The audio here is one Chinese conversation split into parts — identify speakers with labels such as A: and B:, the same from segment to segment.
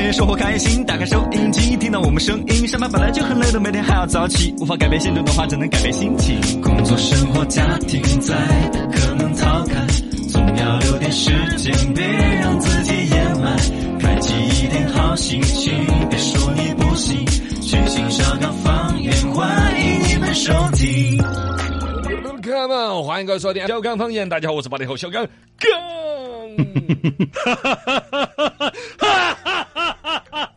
A: 天生活开心，打开收音机，听到我们声音。上班本来就很累的，每天还要早起，无法改变现状的话，只能改变心情。工作、生活、家庭在，可能逃开，总要留点时间，别让自己掩埋。开启一点好心情，别说你不行，全新小岗方言，欢迎你们收听。
B: Come on，欢迎各位收听小刚方言。大家好，我是八零后 小刚刚。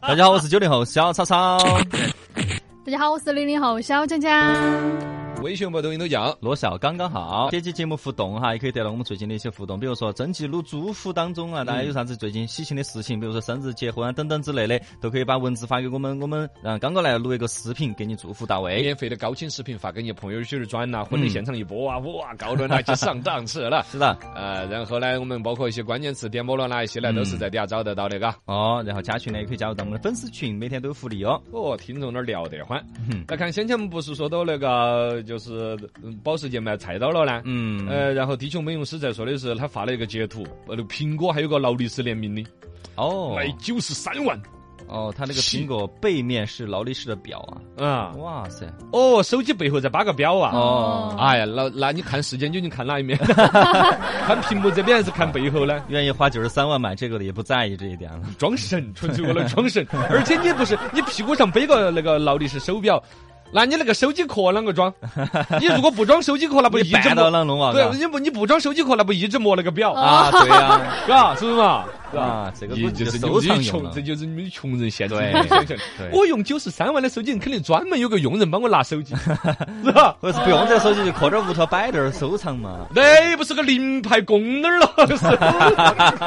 A: 大家好，我是九零后小超超，
C: 大家好，我是零零后小江江。
B: 微信、微抖音都一样。
A: 罗小刚刚好。这期节目互动哈，也可以得到我们最近的一些互动，比如说征集录祝福当中
B: 嗯
A: 啊，大家有啥子最近喜庆的事情，比如说生日、结婚啊等等之类的，都可以把文字发给我
B: 嗯
A: 们，我们让刚哥来录一个视频给你祝福到位。
B: 免费的高清视频发给你朋友圈儿转
A: 嗯
B: 呐，婚礼现场一播啊，哇，高端了，就上档次 了。
A: 是的，
B: 呃，然后呢，我们包括一些关键词点播了哪一些
A: 嗯
B: 呢，都是在底下找得到的，嘎。
A: 哦，然后加群呢也可以加入到我们的粉丝群，每天都有福利哦。
B: 哦，听众那儿聊得欢
A: 哼。
B: 那看先前我们不是说到那个就是嗯保时捷卖菜刀了呢？
A: 嗯，
B: 呃，然后地球美容师在说的是，他发了一个截图，呃，苹果还有个劳力士联名的，
A: 哦
B: 卖九十三万
A: 哦，它那个苹果背面是劳力士的表啊，
B: 啊！
A: 哇塞，
B: 哦，手机背后再扒个表啊！
A: 哦，
B: 哎呀，那那你看时间究竟看哪一面？ 看屏幕这边还是看背后呢？
A: 愿意花九十三万买这个的也不在意这一点了。
B: 装神，纯粹为了装 神。而且你不是你屁股上背个那个劳力士手表，那你那个手机壳啷个装？你如果不装手机壳， 那不一
A: 你
B: 直
A: 白到
B: 摸？
A: 浪龙王
B: 对，你不你不装手机壳，那不一直摸那个表？
A: 啊，对呀。
B: 嘎，是不是嘛？
A: 啊这个
B: 你
A: 估计
B: 就是
A: 收
B: 你们这
A: 藏
B: 些
A: 用
B: 穷，
A: 了
B: 这就是你们穷人现
A: 对
B: 在的想象
A: 对
B: 我用九十三万的手机，肯定专门有个佣人帮我拿 手机，是吧？
A: 或者是不用这手机就搁点屋头摆点儿收藏嘛。
B: 那不是个零牌公儿了，是。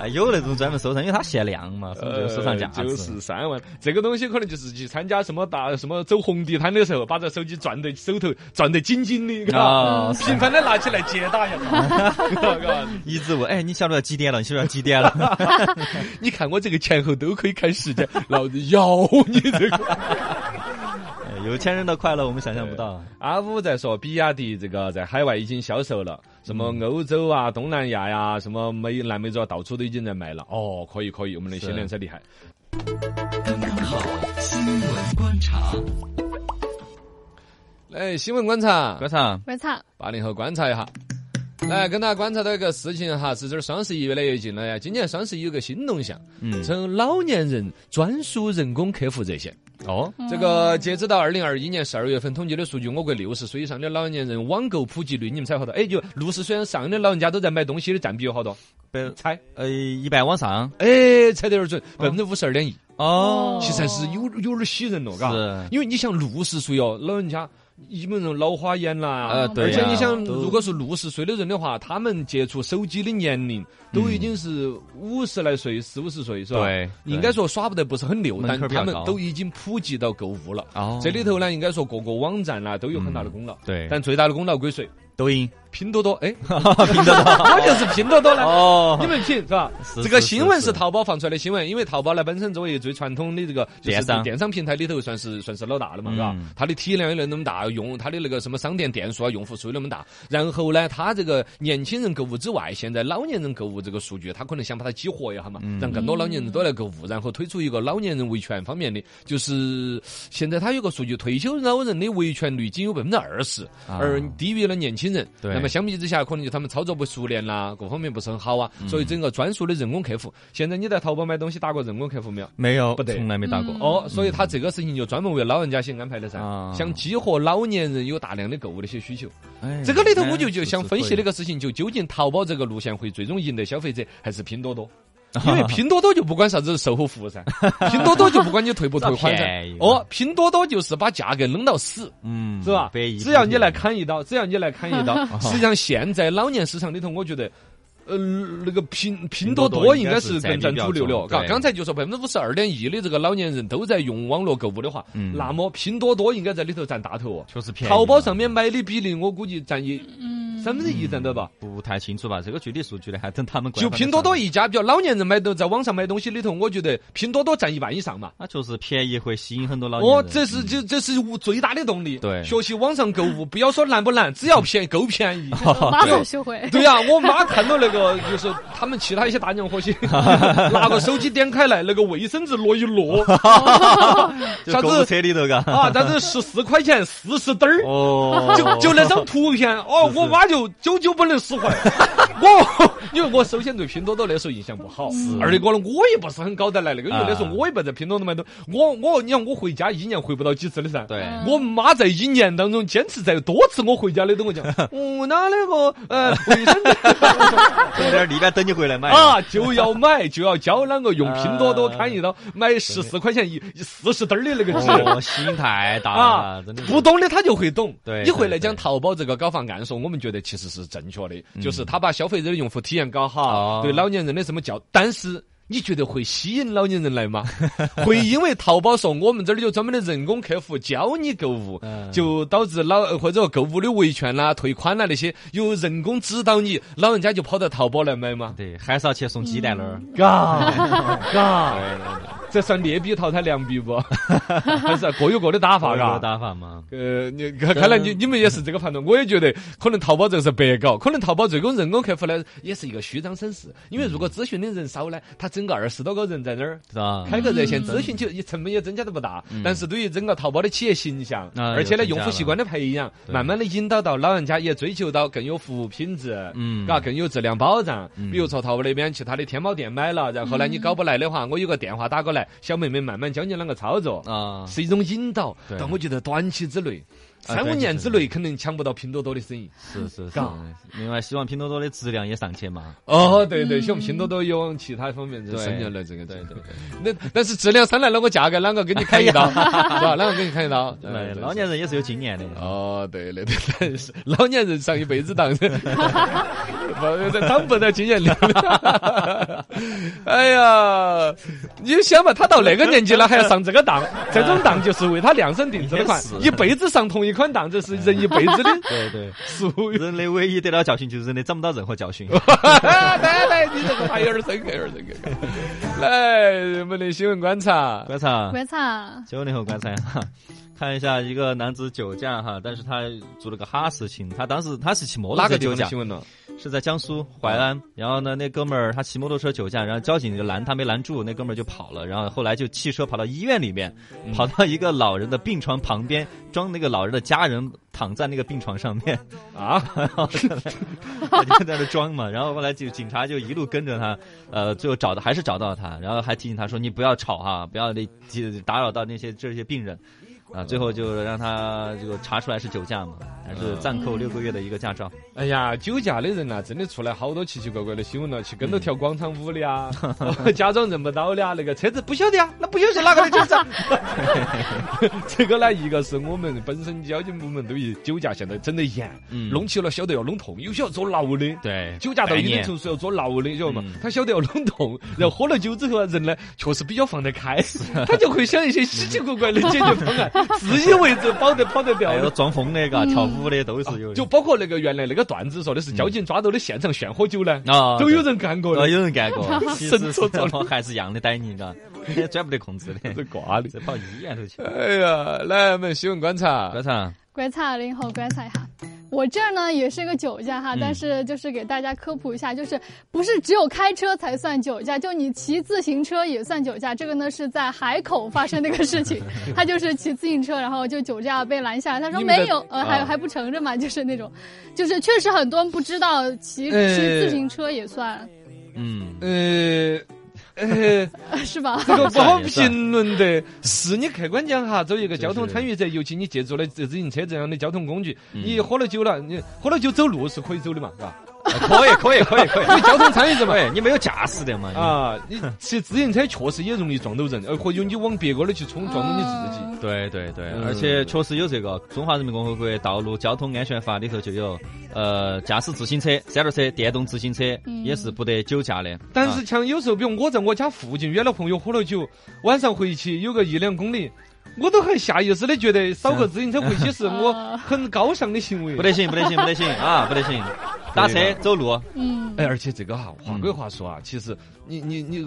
A: 啊，有那种专门收藏，因为它限量嘛，所以呃就有收藏价值。
B: 九十三万，呃这个东西可能就是去参加什么大什么走红地毯的时候，把这手机攥在手头，攥得紧紧的，嘎，
A: 啊，
B: 频繁的拿起来接打一下，嘎
A: 一直问，哎，你晓得要几点了？你晓得要几点 了？
B: 你看我这个前后都可以看时间，老子要你这个。
A: 哎有钱人的快乐我们想象不到。
B: 阿五在说，比亚迪这个在海外已经销售了，什么欧洲啊、东南亚呀、什么美南美洲啊，到处都已经在卖了。哦，可以可以，我们的新能源车厉害。刚刚好，新闻观察。来，新闻观察，
A: 观察，
C: 观察，
B: 八零后观察一下。来跟大家观察到一个事情哈，是这儿双十一越来越近了呀。今年双十一有个新动向，
A: 嗯，
B: 称老年人专属人工客服热线。
A: 哦，
B: 这个截止到二零二一年十二月份统计的数据，我国六十岁以上的老年人网购普及率，你们猜好多？哎，就六十岁以上的老人家都在买东西的占比有好多？
A: 百
B: 猜？
A: 呃一百往上。
B: 哎，猜得有点准，百分之五十二点一，
A: 嗯哦，
B: 其实还是有有点喜人了，嘎。
A: 是
B: 因为你想六十岁哦，老人家。基本上老花眼啦，
A: 呃对
B: 而且
A: 呀
B: 你想，
A: 都
B: 如果是六十岁的人的话，他们接触手机的年龄都已经是五十来岁、四五十岁，是
A: 嗯
B: 吧？
A: 对对
B: 应该说耍不得不是很溜，
A: 门
B: 但
A: 槛比较
B: 他们
A: 高
B: 都已经普及到购物了。
A: 哦，嗯
B: 这里头呢，应该说各个网站啦都有很大的功劳，
A: 对
B: 但最大的功劳归谁？
A: 抖 音，
B: 拼多多， 哎，拼多多，我就是拼多多呢。
A: 哦
B: 你，们品是吧？
A: 是
B: 这个
A: 是
B: 新闻
A: 是
B: 是淘宝放出来的新闻，因为淘宝呢本身作为最传统的这个就是
A: 电商
B: 电商平台里头算是算是老大了嘛，
A: 嗯
B: 嘎、它的体量有那么大，用它的那个什么商店店数啊、用户数有那么大。然后呢，它这个年轻人购物之外，现在老年人购物这个数据，它可能想把它激活一下嘛，
A: 嗯
B: 让更多老年人都来购物，然后推出一个老年人维权方面的，就是现在它有个数据，退休老人的维权率仅有百分之二十，
A: 啊
B: 而低于了年轻人。
A: 对
B: 那么相比之下，可能就他们操作不熟练啦，各方面不是很好啊，
A: 嗯
B: 所以整个专属的人工客服。现在你在淘宝买东西打过人工客服没有？
A: 没有，
B: 不得
A: 从来没打过。
C: 嗯
B: 哦，所以他这个事情就专门为老人家去安排的噻
A: 啊，
B: 想激活老年人有大量的购物的一些需求。
A: 哎
B: 嗯这个里头我就就想分析这
A: 个，
B: 个事情，就究竟淘宝这个路线会最终赢得消费者，还是拼 多多？因为拼多多就不管啥子售后服务噻，拼多多就不管你退不退款噻
A: 便宜。
B: 哦，拼多多就是把价格扔到死。
A: 嗯，
B: 是吧
A: 百亿？
B: 只要你来，砍 一刀，只要你来砍一刀。实际上，现在老年市场里头，我觉得。呃，那个拼
A: 拼
B: 拼多
A: 多多
B: 多
A: 应
B: 应
A: 该
B: 该
A: 是
B: 是
A: 占
B: 更
A: 比
B: 占
A: 比较
B: 主流
A: 重
B: 了，嘎。
A: 对
B: 刚才就说百分之五十二点一的这个老年人都在用网络购物的话，
A: 嗯
B: 那么拼多多应该在里头占大头哦。
A: 确实便宜嘛。
B: 淘宝上面买的比例，我估计占一
C: 嗯，
B: 三分之一占到吧。
A: 不太清楚吧？这个具体数据呢，还等他们官
B: 就
A: 方的
B: 拼多多
A: 说，
B: 一家，比如老年人买东在网上买东西里头，我觉得拼多多占一半以上嘛。
A: 那啊就是便宜会吸引很多老年人。嗯
B: 哦，这是就这是我最大的动力。
A: 对
B: 学习网上购物，不要说难不难，只 要便宜够便宜。
C: 马上学会。
B: 哦对呀、我妈看到那个，就是他们其他一些大人伙 些，拿个手机点开来，那个卫生纸摞一 摞，
A: 就
B: 啥
A: 购物
B: 子
A: 车里头， 嘎。
B: 啊，但是十四块钱四十灯儿，
A: 哦，
B: 就就那张图片，哦，我妈就久久不能释 怀。我 因为我首先对拼多多那时候印象不好，而且我呢我也不是很搞得来那个，因为那时候我也不在拼多多买东，我我你看我回家一年回不到几次的噻。
A: 对，
C: 嗯
B: 我妈在一年当中坚持在多次我回家的 跟我讲，我拿那个呃卫生纸。
A: 有点里边等你回来买。
B: 啊，就要买，就要教啷个用拼多多砍一刀，
A: 哎
B: 买十四块钱一四十灯的那个技能。
A: 哦，心太大
B: 啊
A: 了，真的，是
B: 不懂的他就会懂。
A: 对
B: 你回来
A: 对
B: 讲
A: 对嗯
B: 淘宝这个搞法，按说我们觉得其实是正确的，就是他把消费者的用户体验搞好
A: 哦，
B: 对老年人的什么教，但是。你觉得会吸引老年人来 吗？会因为淘宝说我们这儿有专门的人工客服教你购物，
A: 嗯
B: 就导致老或者说购物的维权啦、退款啦那些有人工指导你，老人家就跑到淘宝来买吗？
A: 对，还是要去送鸡蛋那儿。
B: 嗯嘎嘎，这算劣币淘汰良币 不？还是各有各的打法，
A: 有
B: 嘎。
A: 打法嘛？
B: 呃，你看看来你你们也是这个判断，我也觉得可能淘宝这个是白搞，可能淘宝最终人工客服呢也是一个虚张声势，因为如果咨询的人少呢，他整个二十多个人在那儿。
A: 是吧？
B: 开个热线咨询，就也成本也增加的不大，但是对于整个淘宝的企业形象，
A: 啊
B: 而且呢
A: 有增加
B: 用户习惯的培养，
A: 对
B: 慢慢的引导到老人家也追求到更有服务品质，
A: 嗯
B: 嘎更有质量保障。比如说淘宝那边去他的天猫店买了，然后呢你搞不来的话，我有个电话打过来，小妹妹慢慢教你啷个操作，
A: 啊，
B: 是一种引导。
A: 对
B: 但我觉得短期之内，
A: 啊
B: 三五
A: 短期
B: 年之
A: 之
B: 内肯定抢不到拼多多的生意。
A: 是是是
B: 嘎。
A: 另外，希望拼多多的质量也上去嘛。
B: 哦，对对，像拼多多也往其他方面就
A: 对
B: 深入了这个。
A: 对对对，
B: 那但是质量上来了，我价格啷个给你砍一刀， 是吧？啷个给你砍一刀？
A: 对，
B: 对
A: 哎老。年人也是有经验的。
B: 哦，对的，对 的，但是老年人上一辈子当， 不，这当不到经验了。 哎呀，你想嘛，他到那个年纪了还要上这 个当，这种当就是为他量身定制的款
A: 哎也，是
B: 一辈子上同一款当，这是 人一辈子的
A: 对对，
B: 俗语。
A: 人类唯一得到教训就是人类长不到任何教 训。
B: 来来，你这个话有点深刻，有点深刻。 来，我们的新闻观察，
A: 观察，
C: 观察，
A: 九零后观察哈，啊看一下一个男子酒驾哈，但是他做了个哈事情，他当时他是骑摩托
B: 哪
A: 车
B: 个地
A: 酒
B: 方的
A: 驾
B: 新，闻呢？
A: 是在江苏淮安。然后呢，那哥们儿他骑摩托车酒驾，然后交警就拦他没拦住，那哥们儿就跑了。然后后来就汽车跑到医院里面，
B: 嗯
A: 跑到一个老人的病床旁边，装那个老人的家人躺在那个病床上面，
B: 啊，
A: 他就在那装嘛。然后后来就警察就一路跟着他，呃，最后找的还是找到他，然后还提醒他说你不要吵哈、不要那打扰到那些这些病人。啊，最后就让他这个查出来是酒驾嘛，还是暂扣六个月的一个驾照。
B: 哎呀，酒驾的人呐、真的出来好多奇奇怪怪的新闻了，去
A: 嗯
B: 跟着跳广场舞的 啊，假装认不到的啊，那个车子不晓得啊，那不晓得是哪个的车子啊。 这个呢，一个是我们本身交警部门对于酒驾现在整得严，
A: 嗯
B: 弄起了晓得要弄痛，有些要坐牢的。
A: 对
B: 酒驾到一定程度是要坐牢的，晓得嘛
A: 嗯？
B: 他晓得要弄 痛，然后喝了酒之后啊，人呢确实比较放得开，他就会想一些稀奇古怪的解决 方案，自以为是跑得跑得掉
A: 还有
B: 的。
A: 装疯的，嘎，跳舞的都是有的。
B: 就包括那个原来那个段子说的是交警抓到的现场现喝酒呢，
A: 啊，
B: 都有人干过
A: 对，啊，
B: 的，
A: 有人干过，其实
B: 神戳戳的
A: 还是一样的逮你，嘎，也转不得控制的，
B: 这挂的。
A: 这跑医院头去。
B: 哎呀，来我们新闻观察
A: 观，察，
C: 观察零后观察一下。我这儿呢也是个酒驾哈，
A: 嗯
C: 但是就是给大家科普一下，就是不是只有开车才算酒驾，就你骑自行车也算酒驾。这个呢是在海口发生的一个事 情，他就是骑自行车，然后就酒驾被拦下来，他说
B: 你们的
C: 没有，呃，还
B: 啊
C: 还不承认嘛，就是那种，就是确实很多人不知道骑骑
B: 呃
C: 自行车也算，
A: 嗯，
B: 呃。 呃，
C: 是吧？
B: 这个不好
A: 也算
B: 评论的，是你客观讲哈，作为一个交通参与者，尤其你借助了自自行车这样的交通工具，
A: 嗯啊
B: 你喝了酒了，你喝了酒走路是可以走的嘛，是吧？
A: 可以，可以，可以，可以，
B: 因为交通参与 者嘛，
A: 对，你没有驾驶的嘛，啊，
B: 啊，你骑自行车确实也容易撞到人，呃，或者你往别个那儿去冲，撞到你自己。
C: 嗯
A: 对对对，
B: 嗯
A: 而且确实有这个《中华人民共和国道路交通安全法》里头就有，呃，驾驶自行车、三轮车、电动自行车
C: 嗯
A: 也是不得酒驾的。啊
B: 但是像有时候，比如我在我家附近约了朋友喝了酒，晚上回去有个一两公里，我都还下意识的觉得扫个自行车回去是我很高尚的行为
A: 不。得行，不得行，不得行啊，不得行，打车走路，
C: 嗯，
B: 哎，而且这个哈，话归话说啊，其实你你你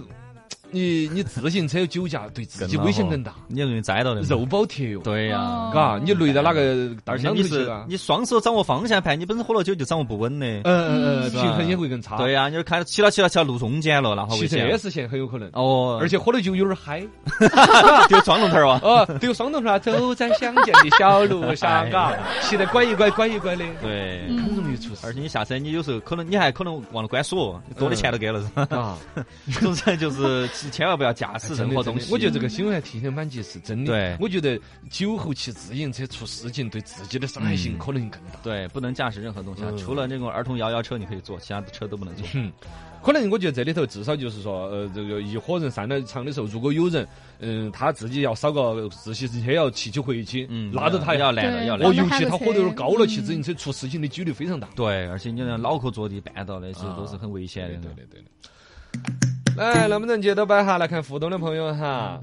B: 你你自行车有酒驾，对自己危险更大，
A: 你容易栽到的嘛。
B: 肉包铁哟，
A: 对呀、
B: 哦
C: 哦
B: 嘎，你累到哪个
A: 而
B: 担
A: 且
B: 当
A: 你
B: 头去
A: 是
B: 啊？
A: 你双手掌握方向盘，你本身喝了酒就掌握不稳的。
B: 呃呃呃，
A: 是
B: 平
A: 吧
B: 衡也会更差。
A: 对呀、你就开骑了骑了骑到路中间了，然后
B: 骑
A: 危
B: 这嗯
A: 险。
B: 视线很有可能。
A: 哦，
B: 而且喝了酒有点嗨，
A: 丢撞龙头儿哇！
B: 哦，对，双头啊，走在相见的小路上，嘎，骑得拐一拐，拐一拐的，
A: 对，
C: 嗯
B: 很容易出事
A: 而且你下车，你有时候可能你还可能忘了关锁，多的钱都给了是吧。
B: 啊。
A: 总之就是 千万不要驾驶任何东西。
B: 我觉得这个新闻还提醒蛮及时，真的。
A: 对
B: 我觉得酒后骑自行车出事情，对自己的伤害性可能更大。
A: 对，不能驾驶任何东西啊，
B: 嗯
A: 除了那种儿童摇摇车你可以坐，其他的车都不能坐。
B: 可能我觉得这里头至少就是说，呃，这个一伙人散了场的时候，如果有人，嗯、他自己要扫个自行车要骑起回去，
A: 嗯，
B: 拉着他
A: 要来了，
C: 对
A: 要来
B: 哦，
A: 了。
B: 尤其他
C: 让他
B: 火得有点高了，
C: 嗯
B: 骑自行车出事情的几率非常大。
A: 对，而且你那脑壳坐地绊倒那些都是很危险
B: 对
A: 的。
B: 的，对的。来，能不能接着摆哈？来看互动的朋友哈。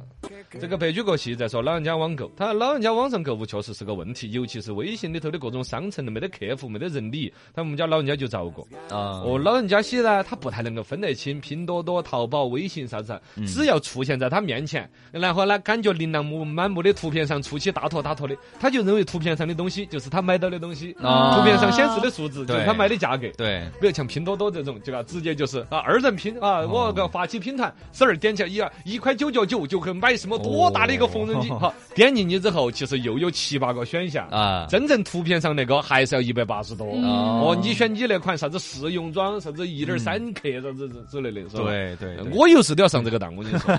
B: 这个白驹过隙在说老人家网购，他说老人家网上购物确实是个问题，尤其是微信里头的各种商城，没得客服，没得人理，他们家老人家就遭过。
A: 啊，
B: 哦，老人家些呢，他不太能够分得清拼多多、淘宝、微信啥子，只要出现在他面前，然后呢，感觉琳琅满目的图片上出起大坨大坨的，他就认为图片上的东西就是他买到的东西，
A: 啊
B: 图片上显示的数字就是
A: 对
B: 他买的价格。
A: 对，
B: 比如像拼多多这种，对吧？直接就是啊，二人拼
A: 哦
B: 啊，我个发起拼团，十二点起来一啊一块九角九就可以买什么多大的一个缝纫机？
A: 哦
B: 好，点进去之后，其实又有七八个选项。
A: 啊，
B: 真正图片上那个还是要一百八十多。
A: 哦
B: 哦，你选你那款啥子试用装，啥子一点三克，啥子之之类的，是吧？
A: 对对，对
B: 我有时都要上这个当，我跟你说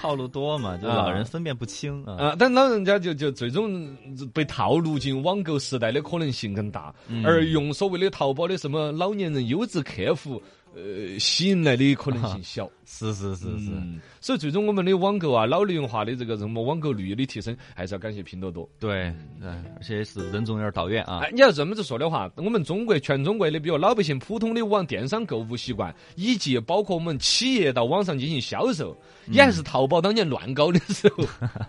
A: 套路多嘛，就是老人分辨不清啊。
B: 啊！但老人家就就最终被套路进网购时代的可能性更大，
A: 嗯
B: 而用所谓的淘宝的什么老年人优质客服，呃，吸引来的可能性小。
A: 是是是是，
B: 嗯，所以最终我们的网购啊，老龄化的这个什么网购率的提升，还是要感谢拼多多。
A: 对，嗯，而且是任重而道远啊
B: 哎，。你要这么子说的话，我们中国全中国的，比如老百姓普通的网电商购物习惯，以及包括我们企业到网上进行销售，也还
A: 嗯
B: 是淘宝当年乱搞的时 候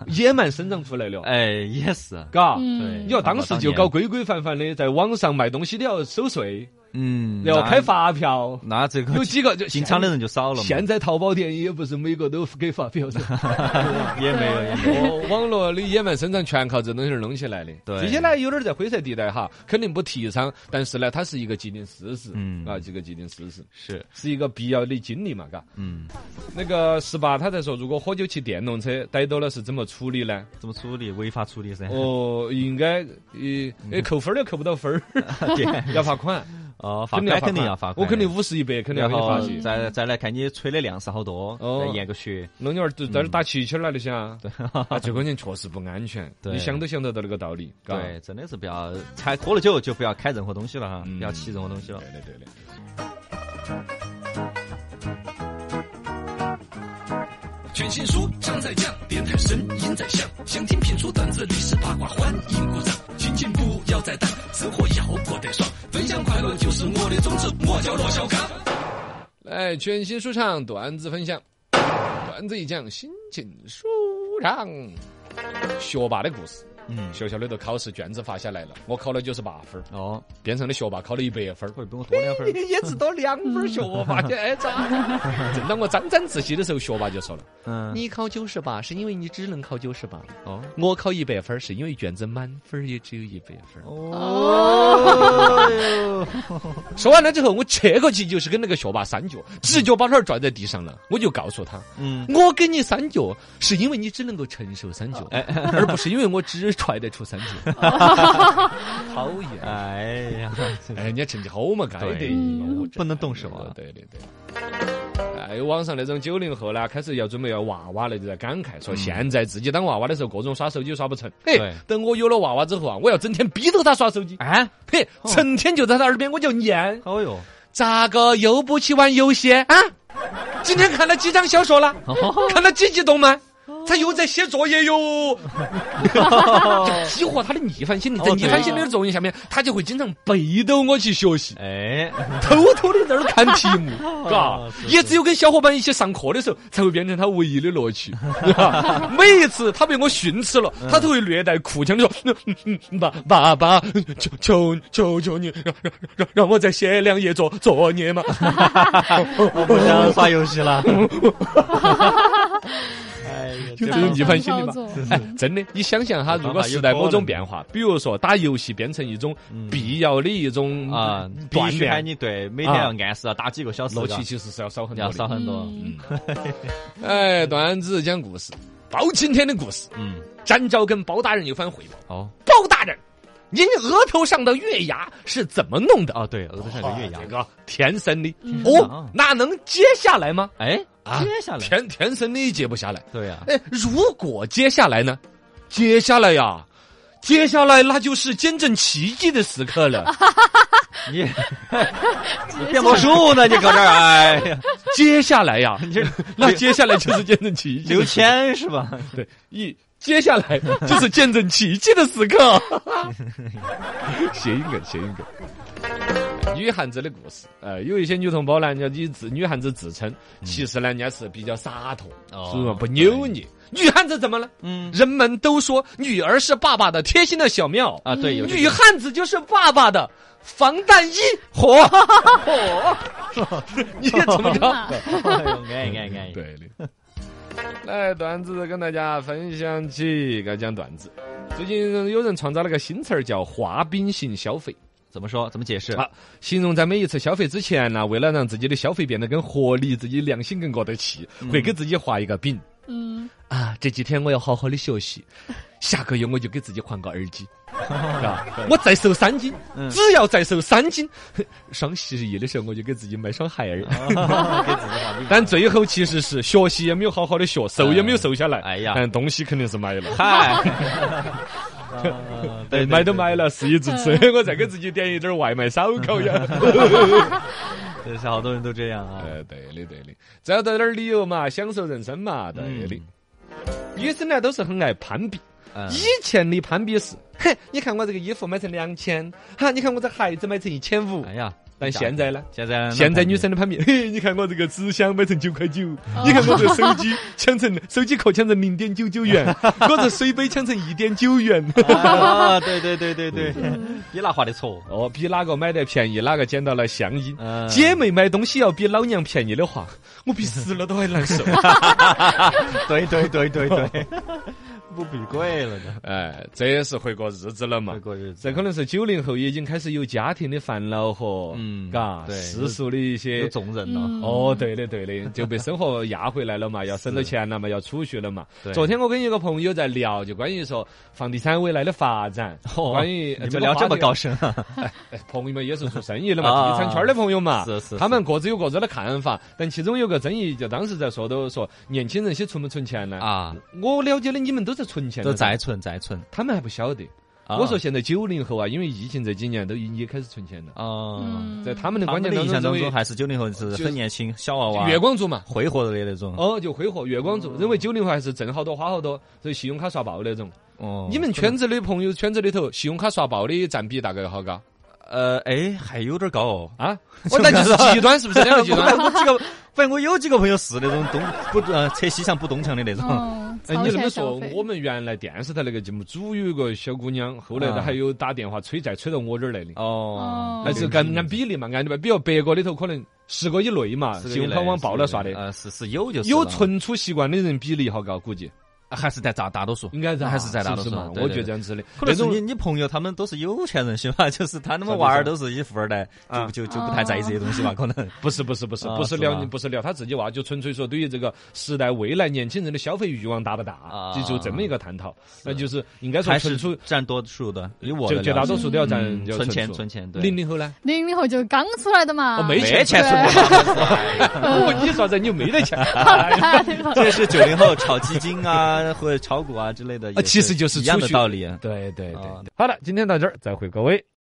B: 野蛮生长出来了，
A: 哎，也是，
B: 嘎。
C: 嗯
A: 对
B: 你要当时就搞规规范范的，在网上卖东西你要收税，
A: 嗯，
B: 要
A: 那
B: 开，发票，
A: 那这个
B: 有几个就
A: 进厂的人就少了嘛，
B: 现在淘宝店也不是每个都给发票 噻。
A: 也没有，也没有。
B: 哦，网络的野蛮生长全靠这东西儿弄起来的。
A: 对
B: 这些呢有点在灰色地带哈，肯定不提倡，但是呢，它是一个既定事实，
A: 嗯
B: 啊，这个既定事实
A: 是，
B: 是一个必要的经历嘛，嘎。
A: 嗯，
B: 那个十八他在说，如果喝酒骑电动车逮到了是怎么处理呢？
A: 怎么处理？违法处理噻。
B: 哦，应该
A: 嗯
B: 呃，哎扣分儿都扣不到分儿，
A: 对，
B: 要罚款，
A: 哦，罚
B: 肯定
A: 款
B: 罚
A: 肯定要罚款，
B: 我肯定。五十一百肯定要
A: 然
B: 给你罚
A: 后
B: 起。
A: 再再来看你吹的量是好多，
B: 哦
A: 再验个血。
B: 弄你儿
A: 嗯
B: 子在这儿打气球儿来就行啊！啊，最关键确实不安全，
A: 对
B: 你想都想得到那个道理，嘎。
A: 对，真的是不要开喝了酒就不要开任何东西了哈，
B: 嗯
A: 不要骑任何东西了。
B: 对的，对的。
D: 全新书唱在讲，电台声音在响，想听评书段子历史八卦，欢迎鼓掌。心情不要再淡，生活要过得爽，分享快乐就是我的宗旨。我叫罗小刚。
B: 来，全新舒畅段子分享，段子一讲，心情舒畅。学霸的故事，
A: 嗯，
B: 学校里头考试卷子发下来了，我考了九十八分儿，
A: 哦，
B: 边上的学霸考了一百分儿。
A: 会比我多两分儿。
B: 也只多两分儿，学霸 就挨哎咋？正当我沾沾自喜的时候，学霸就说了
A: 嗯，：“
B: 你考九十八是因为你只能考九十八，
A: 哦
B: 我考一百分儿是因为卷子满分儿也只有一百分儿。”
A: 哦，
B: 说完了之后，我切过去就是跟那个学霸三脚，直接把他拽在地上了。我就告诉他，
A: 嗯，
B: 我给你三脚，是因为你只能够承受三脚，而不是因为我只揣得出三 脚。讨厌！
A: 哎呀，
B: 哎，人家成绩好嘛，该得
A: 对
B: 意，
A: 不能动手啊
B: 对对对。哎，网上那种九零后呢，开始要准备要娃娃了，就在感慨说，现在自己当娃娃的时候，各种耍手机耍不成。嘿
A: 嗯对，
B: 等我有了娃娃之后啊，我要整天逼着他耍手机。
A: 啊，
B: 嘿，成天就在他耳边，我就念。
A: 哦 哟，
B: 咋个又
A: 哦
B: 不去玩游戏啊？今天看了几章小说了？看了几集动漫？他又在写作业哟，就激活他的逆反心理，在
A: 哦
B: 逆反心理的作用下面，他就会经常背着我去学习，
A: 哎，
B: 偷偷的在那儿看题目，嘎
A: 哦是，
B: 也只有跟小伙伴一起上课的时候，才会变成他唯一的乐趣。嘎每一次他被我训斥了，他都会略带哭腔的说：“嗯嗯嗯爸爸爸，求求求求你，让让让让我再写两页作作业嘛。”
A: 我不想耍游戏 了。哎呀，这
B: 就这种
A: 种
B: 逆反心理嘛
C: 操作。
B: 哎，真的，你想想哈，如果时代某种变化，比如说打游戏变成一种必要的一种
A: 啊，必
B: 锻
A: 须喊
B: 炼，
A: 你对，每天要按时要啊打几个小时，
B: 乐趣其实是要少很多
A: 要少
B: 的。
A: 很多。
C: 嗯
B: 哎，段子讲故事，包青天的故事，
A: 嗯，
B: 展昭跟包大人有番回报。
A: 哦
B: 包大人，您额头上的月牙是怎么弄的？
A: 哦，对，额头上有个月牙
B: 这。个天生的
C: 嗯
B: 哦，那能揭下来吗？
A: 哎，
B: 啊
A: 接下来，
B: 天天生的揭不下来。
A: 对呀，
B: 哎，如果接下来呢？接下来呀，接下来那就是见证奇迹的时刻 了。
A: 你你 变魔术呢？你搁这儿，哎呀，
B: 接下来呀，
A: 你这
B: 那接下来就是见证奇迹
A: 刘
B: 的时刻。
A: 谦是吧？
B: 对，一接下来就是见证奇迹的时刻。 谐音梗，谐音梗。女汉子的故事，呃，有一些女同胞呢，人家以自女汉子自称，其实呢，人家是比较洒脱，
A: 哦
B: 是吧？不扭捏。女汉子怎么了？
A: 嗯
B: 人们都说女儿是爸爸的贴心的小棉袄
A: 啊，对，有这
B: 女
A: 个
B: 汉子就是爸爸的防弹衣， 火火，你也怎么着？
A: 哎呦安逸安逸安逸。
B: 嗯对的。 来，段子跟大家分享起，给大家讲段子。最近有人创造了个新词儿叫“画饼型消费
A: 怎么说？怎么解 释？”，
B: 啊，形容在每一次消费之前呢，为了让自己的消费变得更合理，自己良心更过得去，会给自己画一个饼
C: 嗯，
B: 啊。这几天我要好好的学习，下个月我就给自己换个耳 机。啊！我再瘦三斤，
A: 嗯
B: 只要再瘦三斤， 双十一的时候我就给自己买双鞋 儿。
A: 给自己画饼。
B: 但最后其实是学习也没有好好的学，瘦也没有瘦下来。
A: 哎呀
B: 但东西肯定是买了。
A: 嗨，啊对，
B: 买都买了，事已至此， 我再给自己点一点外卖烧烤呀。
A: 对，是好多人都这样啊。
B: 呃，对的，对的，找到点儿理由嘛，享受人生嘛，对的。女生呢都是很爱攀比，
A: 嗯
B: 以前的攀比是，哼，你看我这个衣服买成两千，哈，你看我这鞋子买成一千五
A: 哎。呀，
B: 但现在呢？
A: 现在
B: 现在女生的攀比， 嘿，你看我这个纸箱买成九块九，你看我这手机 抢成手机壳抢成零点九九元， 我这水杯抢成一点九元。
A: 啊，对对对对对，
B: 嗯
A: 你那画的错。
B: 哦，比哪个买得便宜，哪个捡到了相依。
A: 嗯
B: 姐妹买东西要比老娘便宜的话， 我比死了都还难受。
A: 对对对对对， 不比贵了呢。
B: 哎，这也是会过日子了 嘛
A: 会。过日子嗯
B: 这可能是九零后已经开始有家庭的烦恼和，
A: 嗯
B: 嘎，
A: 对
B: 世俗的一些
A: 有种人了。
B: 哦，对的，对的，就被生活压回来 了嘛，要省到钱了嘛，要储蓄了嘛
A: 对。
B: 昨天我跟一个朋友在聊，就关于说房地产未来的发展，关于
A: 哦
B: 呃
A: 你们聊这么高，深 啊？
B: 哎朋友们也是做生意的嘛，
A: 啊
B: 地产圈的朋友嘛，
A: 是是
B: 他们各自有各自的看法，但其中有个争议，就当时在说都说年轻人些存不存钱呢？
A: 啊，
B: 我了解的你们都在存钱，
A: 都在，存在存。
B: 他们还不晓得。
A: 啊
B: 我说现在九零后啊，因为疫情这几年都也开始存钱了，
A: 哦，
B: 在他们的
A: 他
B: 观
A: 们
B: 念
A: 的印象
B: 嗯当
A: 当
B: 中认
A: 中
B: 为，
A: 还是啊九零后是
B: 就是
A: 很年轻，小娃娃，
B: 月光族嘛，
A: 挥霍的那种。
B: 哦，就挥霍月光族，认为九零后还是挣好多花好多，所以信用卡刷爆那种。
A: 哦
B: 你们圈子的朋友圈子里头，信用卡刷爆的占比大概好高
A: 呃，哎，还有点高 哦。
B: 啊？哦，那就是极端，是不是？两个极 端。
A: 我几个， 反正我有几个朋友是那种东不呃车西墙不东墙的那种。
C: 嗯，
B: 哎，
C: 超
B: 你这么
C: 前
B: 说
C: 消，费
B: 我，们原来电视台那个节目组有一个小姑娘，后来她
A: 啊
B: 还有打电话催债催到我这儿来的，
A: 哦
C: 哦
B: 还是按按比例嘛，按的吧。比如百个里头可能十个以内嘛，信用卡往爆了刷的。
A: 呃，是是有就是
B: 有
A: 了
B: 存储习惯的人比例好高，估计
A: 还是在大大多数，
B: 应该是
A: 还是在大多
B: 是不
A: 数
B: 是嘛？
A: 对
B: 我
A: 对
B: 觉得
A: 对
B: 这样子的，
A: 嗯可
B: 那
A: 能
B: 种
A: 是你你朋友他们都是有钱人些吧， 就是他们娃儿都是一富二代，就就就不太在意这些东西吧，可能。
B: 不是不是不是
A: 啊
B: 不是
A: 是
B: 聊
A: 吗
B: 你不是聊他自己娃，就纯粹说对于这个时代未来年轻人的消费欲望大不大，
A: 啊
B: 就就这么一个探讨。那就是应该说
A: 还
B: 存
A: 是
B: 储，
A: 占多数的，以我
B: 绝
A: 的
B: 绝大
A: 了
B: 多
A: 解
B: 数都要占
A: 嗯
B: 要
A: 存钱
B: 储
A: 存钱，对，
B: 零零后呢？
C: 零零后就刚出来的嘛，
B: 哦没
A: 没
B: 钱
A: 钱
C: 存
A: 存吧，
B: 哦，你说这你又没得钱
A: 这是九零后炒基金啊或者炒股啊之类的，也
B: 其实就是
A: 一样
B: 出
A: 的
B: 去
A: 道理。
B: 对对对
A: 啊。
B: 好了，今天到这儿，再会各位。